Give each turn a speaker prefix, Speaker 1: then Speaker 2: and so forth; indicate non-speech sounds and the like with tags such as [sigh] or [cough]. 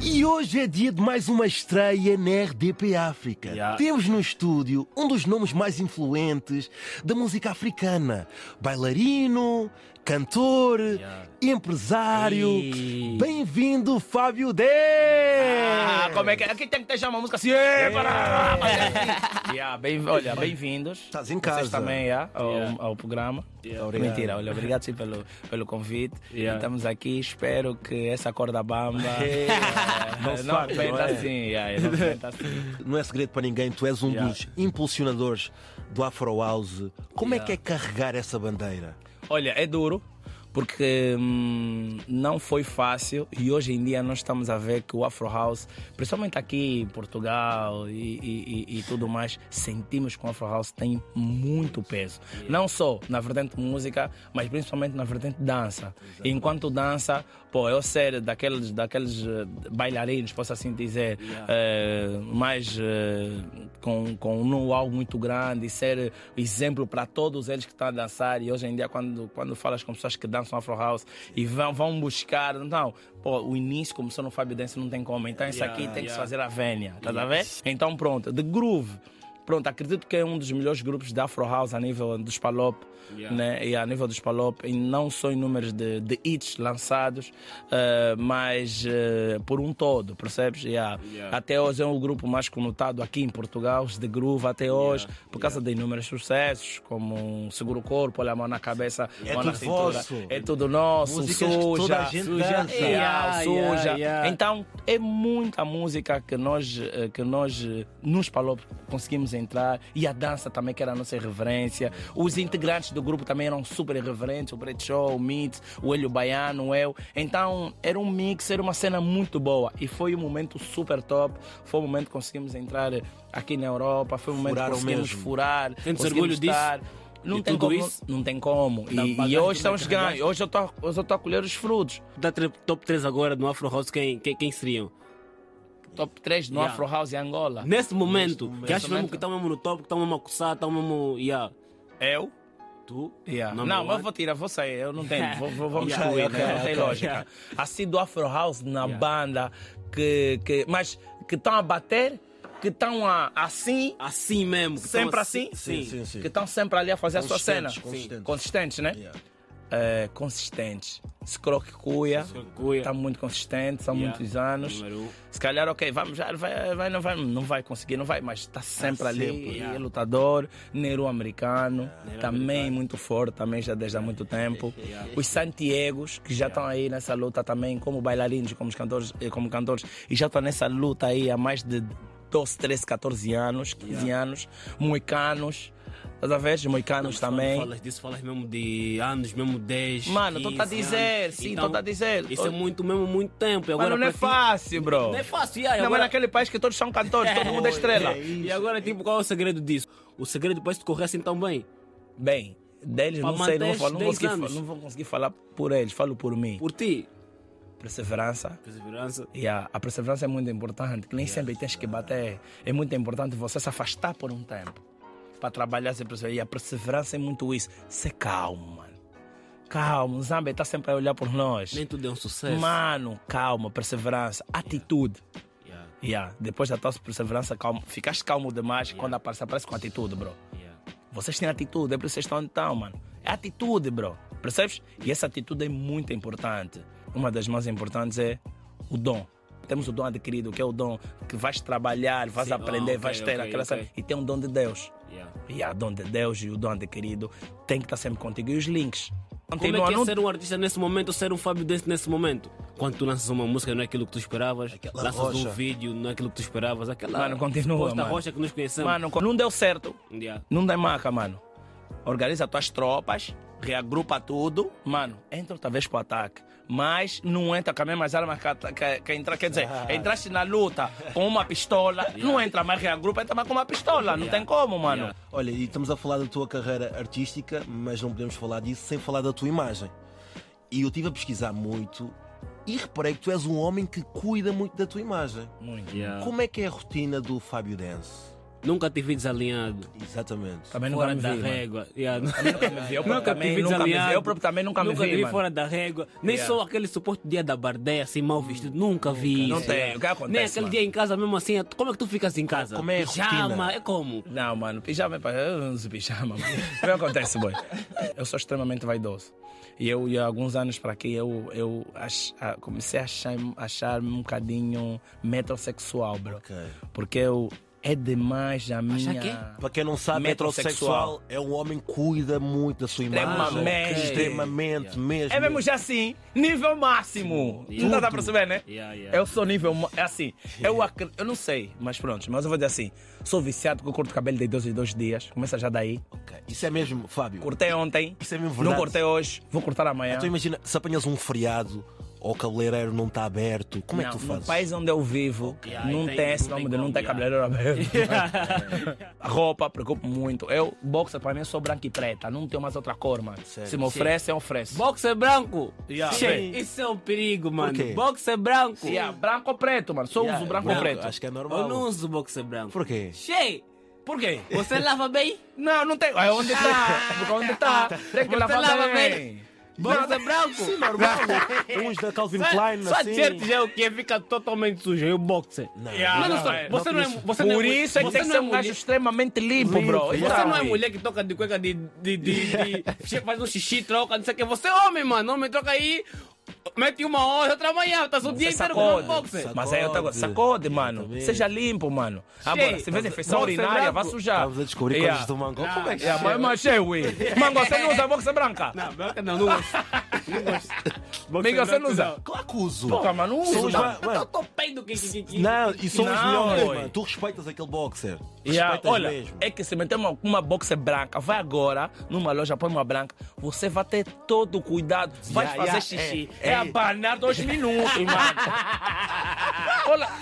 Speaker 1: E hoje é dia de mais uma estreia na RDP África.
Speaker 2: Yeah.
Speaker 1: Temos no estúdio um dos nomes mais influentes da música africana. Bailarino, cantor,
Speaker 2: Yeah.
Speaker 1: empresário.
Speaker 2: Ei.
Speaker 1: Bem-vindo, Fábio D.
Speaker 2: Ah, como é que aqui tem que deixar uma música assim? "Ê, pará, pará". [laughs] Yeah, bem, olha, bem-vindos.
Speaker 1: Estás em
Speaker 2: Vocês
Speaker 1: casa.
Speaker 2: também yeah, ao, ao programa.
Speaker 1: Obrigado.
Speaker 2: Mentira, olha, obrigado sim pelo, pelo convite.
Speaker 3: Yeah.
Speaker 2: Estamos aqui, espero que essa corda bamba eh,
Speaker 1: [laughs] Não se
Speaker 2: [laughs] não
Speaker 1: fale,
Speaker 2: aguenta
Speaker 1: não é?
Speaker 2: assim. yeah, yeah, não aguenta assim.
Speaker 1: Não é segredo para ninguém, tu és um
Speaker 3: Yeah.
Speaker 1: dos impulsionadores do Afro House. Como é
Speaker 2: Yeah.
Speaker 1: que é carregar essa bandeira?
Speaker 2: Olha, é duro porque hum, não foi fácil e hoje em dia nós estamos a ver que o Afro House, principalmente aqui em Portugal e, e- e- e tudo mais, sentimos que o Afro House tem muito peso. Não só na vertente música, mas principalmente na vertente dança. E enquanto dança, pô, eu ser daqueles, daqueles eh, bailarinos, posso assim dizer, eh, mais eh, com, com um know-how muito grande e ser exemplo para todos eles que estão a dançar. E hoje em dia, quando, quando falas com pessoas que dançam Afro House e vão, vão buscar, não, pô, o início começou no Fábio Dance, não tem como. Então isso aqui tem que se fazer a vénia, tá a ver? Então pronto, The Groove. Pronto, acredito que é um dos melhores grupos de Afro House a nível dos Palop, né? E a nível dos Palop, e não só em números de, de hits lançados, eh, mas eh, por um todo, percebes? Yeah. Até hoje é o grupo mais conotado aqui em Portugal, os de groove até hoje, por causa de inúmeros sucessos, como um Seguro Corpo, Olha a Mão na Cabeça,
Speaker 1: É
Speaker 2: Mão na
Speaker 1: tudo
Speaker 2: Cintura.
Speaker 1: vosso.
Speaker 2: É tudo nosso,
Speaker 1: Músicas que
Speaker 2: suja,
Speaker 1: toda a gente
Speaker 2: suja,
Speaker 1: dança.
Speaker 2: yeah,
Speaker 3: Yeah,
Speaker 2: suja.
Speaker 3: yeah, yeah.
Speaker 2: Então, é muita música que nós, eh, que nós eh, nos Palop conseguimos entrar e a dança também, que era a nossa reverência. Os integrantes do grupo também eram super reverentes: o Brett Show, o Mitz, o Hélio Baiano, eu. Então, era um mix, era uma cena muito boa e foi um momento super top. Foi um momento que conseguimos entrar eh, aqui na Europa, foi um momento
Speaker 1: Furaram
Speaker 2: que conseguimos
Speaker 1: mesmo.
Speaker 2: furar.
Speaker 3: Sentes
Speaker 2: conseguimos
Speaker 3: orgulho disso?
Speaker 2: estar. Não
Speaker 3: De
Speaker 2: tem,
Speaker 3: tudo
Speaker 2: como,
Speaker 3: isso?
Speaker 2: não tem como.
Speaker 3: Da
Speaker 2: E,
Speaker 3: bagagem
Speaker 2: e
Speaker 3: que
Speaker 2: hoje estamos
Speaker 3: tu carregaste?
Speaker 2: ganhos. Hoje eu tô- hoje eu estou a colher os frutos.
Speaker 3: Da tá tre- top 3 agora no Afro House, quem, quem, quem seriam?
Speaker 2: Top 3 no
Speaker 3: Yeah.
Speaker 2: Afro House em Angola.
Speaker 3: Nesse momento, que
Speaker 2: Nesse
Speaker 3: acho mesmo
Speaker 2: momento.
Speaker 3: que estão mesmo no top, que estão mesmo a coçar, estão mesmo. Yeah.
Speaker 2: Eu?
Speaker 3: Tu?
Speaker 2: Yeah.
Speaker 3: Number
Speaker 2: Não, mas
Speaker 3: one?
Speaker 2: vou tirar, vou sair, eu não tenho, vou, vou,
Speaker 3: [laughs]
Speaker 2: vamos
Speaker 3: Yeah,
Speaker 2: excluir,
Speaker 3: ok,
Speaker 2: né? não tem
Speaker 3: ok.
Speaker 2: lógica.
Speaker 3: Yeah.
Speaker 2: Assim do Afro House na banda, que, que, mas que estão a bater, que estão a- assim,
Speaker 3: Assim mesmo. que estão
Speaker 2: sempre assim,
Speaker 1: Sim, sim, sim.
Speaker 2: que estão sempre ali a fazer a sua cena.
Speaker 1: Consistentes, consistentes.
Speaker 2: Sim. Consistentes, né?
Speaker 1: Yeah.
Speaker 2: Eh, consistentes. Scroque cuia,
Speaker 3: Cuia.
Speaker 2: está muito consistente, são
Speaker 3: Yeah.
Speaker 2: muitos anos.
Speaker 3: Número um.
Speaker 2: Se calhar, ok, vamos já, vai, vai, não, vai, não vai conseguir, não vai, mas está sempre
Speaker 3: Tá
Speaker 2: ali.
Speaker 1: sempre,
Speaker 2: e
Speaker 3: yeah.
Speaker 2: é lutador, Nero americano,
Speaker 3: É,
Speaker 2: também muito forte, também já desde há muito tempo.
Speaker 3: é.
Speaker 2: Os Santiegos, que já estão aí nessa luta também, como bailarinos, como os cantores, eh, como cantores e já estão nessa luta aí há mais de 12, 13, 14 anos, 15 anos. Moicanos, estás a ver? Os Moicanos
Speaker 3: Quando
Speaker 2: também.
Speaker 3: Falas disso, falas mesmo de anos, mesmo 10.
Speaker 2: Mano, tu tá
Speaker 3: 15
Speaker 2: dizer,
Speaker 3: anos.
Speaker 2: sim,
Speaker 3: Então,
Speaker 2: tu tá dizer.
Speaker 3: Isso é muito, mesmo muito tempo. E agora
Speaker 2: Mano, não é
Speaker 3: para ti-
Speaker 2: fácil, bro.
Speaker 3: Não é fácil, yeah,
Speaker 2: Não,
Speaker 3: e
Speaker 2: mas
Speaker 3: agora-
Speaker 2: naquele país que todos são cantores, todo mundo é estrela.
Speaker 1: É isso.
Speaker 3: E agora, tipo, qual é o segredo disso? O segredo para isso correr assim tão bem.
Speaker 2: Bem, deles
Speaker 3: Pra
Speaker 2: não sei, não vou,
Speaker 3: manter
Speaker 2: falar, não, vou
Speaker 3: 10
Speaker 2: conseguir,
Speaker 3: anos.
Speaker 2: fa- não vou conseguir falar por eles, falo por mim.
Speaker 3: Por ti.
Speaker 2: Perseverança.
Speaker 3: Perseverança.
Speaker 2: E a, a perseverança é muito importante, que nem sempre tens que bater. É muito importante você se afastar por um tempo para trabalhar sem perseverança. E a perseverança é muito isso. Ser calmo, mano. Calmo, Zambia está sempre a olhar por nós.
Speaker 3: Nem tudo é um sucesso.
Speaker 2: Mano, calma, perseverança, atitude.
Speaker 3: Yeah,
Speaker 2: Yeah. Depois da tua perseverança, calmo. Ficaste calmo demais quando aparece, aparece com atitude, bro.
Speaker 3: yeah.
Speaker 2: Vocês têm atitude, é por isso que vocês estão onde estão, mano. É atitude, bro. Percebes? E essa atitude é muito importante. Uma das mais importantes é o dom. Temos o dom adquirido, que é o dom que vais trabalhar, vais
Speaker 3: Sim.
Speaker 2: aprender,
Speaker 3: Ah, ok,
Speaker 2: vais ter
Speaker 3: ok,
Speaker 2: aquela.
Speaker 3: ok.
Speaker 2: E tem um dom de Deus.
Speaker 3: yeah.
Speaker 2: E o dom de Deus e o dom adquirido tem que estar sempre contigo. E os links.
Speaker 3: Como
Speaker 2: Continua,
Speaker 3: é que é
Speaker 2: não-
Speaker 3: ser um artista nesse momento ou ser um Fábio Dance nesse momento? Quando tu lanças uma música, não é aquilo que tu esperavas.
Speaker 1: Aquela
Speaker 3: lanças
Speaker 1: rocha.
Speaker 3: um vídeo, não é aquilo que tu esperavas. Aquela
Speaker 2: Mano, continua,
Speaker 3: suposta
Speaker 2: mano.
Speaker 3: rocha que nos conhecemos.
Speaker 2: Mano, não deu certo.
Speaker 3: Yeah.
Speaker 2: Não dá maca, mano. Organiza tuas tropas, reagrupa tudo. Mano, entra outra vez pro ataque. Mas não entra com as mesmas armas que, ata- que, que entra. Quer
Speaker 3: [laughs]
Speaker 2: dizer, entraste na luta com uma pistola, não entra mais reagrupa, entra mais com uma pistola. Não tem como, mano.
Speaker 3: Yeah.
Speaker 1: Olha, e estamos a falar da tua carreira artística, mas não podemos falar disso sem falar da tua imagem. E eu estive a pesquisar muito e reparei que tu és um homem que cuida muito da tua imagem.
Speaker 2: Muito.
Speaker 3: Yeah.
Speaker 1: Como é que é a rotina do Fábio Dance?
Speaker 3: Nunca te vi desalinhado.
Speaker 1: Exatamente.
Speaker 2: Também nunca
Speaker 3: Fora
Speaker 2: me
Speaker 3: da
Speaker 2: vi. mano.
Speaker 3: régua. Yeah. [laughs]
Speaker 2: Nunca me vi. Eu próprio também
Speaker 3: vi
Speaker 2: nunca me vi.
Speaker 3: desalinhado.
Speaker 2: Eu próprio também nunca me vi, mano.
Speaker 3: fora da régua. Nem
Speaker 2: Yeah.
Speaker 3: só aquele suporte dia da bardeia, assim, mal vestido. Nunca vi
Speaker 2: Não
Speaker 3: isso.
Speaker 2: tem. O que acontece,
Speaker 3: Nem aquele
Speaker 2: mano?
Speaker 3: dia em casa, mesmo assim. Como é que tu ficas em casa?
Speaker 1: Como é a
Speaker 3: Pijama,
Speaker 1: rotina?
Speaker 2: [laughs]
Speaker 3: é como?
Speaker 2: Não, mano, pijama é pra. Eu não uso
Speaker 3: [laughs]
Speaker 2: pijama, mano. O que acontece, boy? Eu sou extremamente vaidoso. E eu, e há alguns anos pra aqui, eu, eu ach- a- comecei a achar- achar-me um bocadinho metrosexual, bro.
Speaker 1: Ok.
Speaker 2: Porque eu. É demais a minha.
Speaker 3: quê?
Speaker 1: Para quem não sabe,
Speaker 2: Metrosexual.
Speaker 1: metrosexual é um homem que cuida muito da sua imagem.
Speaker 2: Extremamente.
Speaker 1: Extremamente mesmo.
Speaker 2: É mesmo já assim, nível máximo.
Speaker 3: Sim.
Speaker 2: Não dá
Speaker 3: Tudo.
Speaker 2: pra perceber, né?
Speaker 3: Yeah, yeah.
Speaker 2: Eu sou nível. ma- É assim. Eu, acre- eu não sei, mas pronto. Mas eu vou dizer assim: sou viciado que eu corto cabelo de dois em dois dias. Começa já daí.
Speaker 1: Ok. Isso é mesmo, Fábio.
Speaker 2: Cortei ontem.
Speaker 1: Isso é mesmo
Speaker 2: não
Speaker 1: verdade.
Speaker 2: cortei hoje. Vou cortar amanhã.
Speaker 1: Então imagina, se apanhas um feriado ou o cabeleireiro não está aberto, como é
Speaker 2: Não,
Speaker 1: que tu
Speaker 2: no
Speaker 1: fazes?
Speaker 2: país onde eu vivo,
Speaker 3: Yeah,
Speaker 2: não
Speaker 3: e
Speaker 2: tem,
Speaker 3: tem-
Speaker 2: esse
Speaker 3: não tem
Speaker 2: nome de não
Speaker 3: como,
Speaker 2: tem cabeleireiro
Speaker 3: yeah.
Speaker 2: aberto.
Speaker 1: [laughs]
Speaker 2: A roupa preocupa muito. Eu, boxer pra mim, eu sou branca e preta. Não tenho mais outra cor, mano.
Speaker 1: Sério?
Speaker 2: Se me oferecem, eu ofereço.
Speaker 3: Boxer é branco.
Speaker 2: Yeah.
Speaker 3: Che,
Speaker 2: Sim.
Speaker 3: isso é um perigo, mano.
Speaker 1: quê?
Speaker 3: Boxer branco.
Speaker 2: Yeah, branco ou preto, mano. Só
Speaker 1: Yeah,
Speaker 2: uso branco, ou preto.
Speaker 1: Acho que é
Speaker 3: Eu
Speaker 1: normal.
Speaker 3: não uso boxer branco.
Speaker 1: Por quê?
Speaker 3: Che,
Speaker 2: Por quê?
Speaker 3: você
Speaker 1: [laughs]
Speaker 3: lava bem?
Speaker 2: Não, não tem. É onde tá? Porque onde tá? Tem que
Speaker 3: Ah, Você lava
Speaker 2: lavar
Speaker 3: bem. é
Speaker 2: bem.
Speaker 3: Boxer branco.
Speaker 1: Sim, normal. Uns da Calvin Klein,
Speaker 3: [laughs] Só
Speaker 1: assim.
Speaker 3: t-shirt já é o que fica totalmente sujo. E o boxer.
Speaker 1: Não.
Speaker 2: Yeah.
Speaker 3: Mano,
Speaker 2: não,
Speaker 3: só-
Speaker 2: é.
Speaker 3: você não é, você não
Speaker 2: Por isso é que
Speaker 3: você
Speaker 2: tem que
Speaker 3: não
Speaker 2: ser um
Speaker 3: mulher-
Speaker 2: gajo extremamente limpo, bro.
Speaker 1: Limpo,
Speaker 3: Você
Speaker 1: yeah.
Speaker 2: Então,
Speaker 3: não é mulher que toca de cueca de. de, de, de- [laughs] che- faz um xixi, troca, não sei o que. Você é homem, mano. Homem troca aí, mete uma hora, outra manhã, tá o dia inteiro com
Speaker 2: sacode.
Speaker 3: boxer.
Speaker 2: Mas aí eu tava,
Speaker 1: Sacode.
Speaker 2: sacode, mano.
Speaker 1: Exatamente.
Speaker 2: Seja limpo, mano. Agora, se vês infecção
Speaker 3: Boxer
Speaker 2: urinária,
Speaker 3: é branco.
Speaker 2: vai sujar.
Speaker 1: Estamos a descobrir
Speaker 2: Yeah. Ah.
Speaker 1: coisas do Mango. Como é que
Speaker 2: Yeah, mas, mas, é, ui. Mango, você não usa boxa branca?
Speaker 3: Não, branca não, não gosto. Não gosto. Boxer
Speaker 2: Miguel, você não
Speaker 3: branco,
Speaker 2: usa?
Speaker 1: Claro que uso.
Speaker 2: Porra, mas não
Speaker 1: São
Speaker 2: usa.
Speaker 1: os
Speaker 2: mano.
Speaker 1: ma-
Speaker 3: Eu
Speaker 1: mano,
Speaker 3: tô peido que. que- que-
Speaker 1: Não, e são os
Speaker 2: Não,
Speaker 1: melhores,
Speaker 2: boy.
Speaker 1: mano. Tu respeitas aquele boxer.
Speaker 2: Yeah,
Speaker 1: Respeitas
Speaker 2: Olha,
Speaker 1: mesmo.
Speaker 2: é que se meter uma, uma boxer branca, vai agora numa loja, põe uma branca, você vai ter todo o cuidado. Vai
Speaker 1: Yeah,
Speaker 2: fazer
Speaker 1: yeah,
Speaker 2: xixi. É,
Speaker 1: é, é.
Speaker 2: abanar dois
Speaker 1: [laughs]
Speaker 2: minutos, mano. Olha.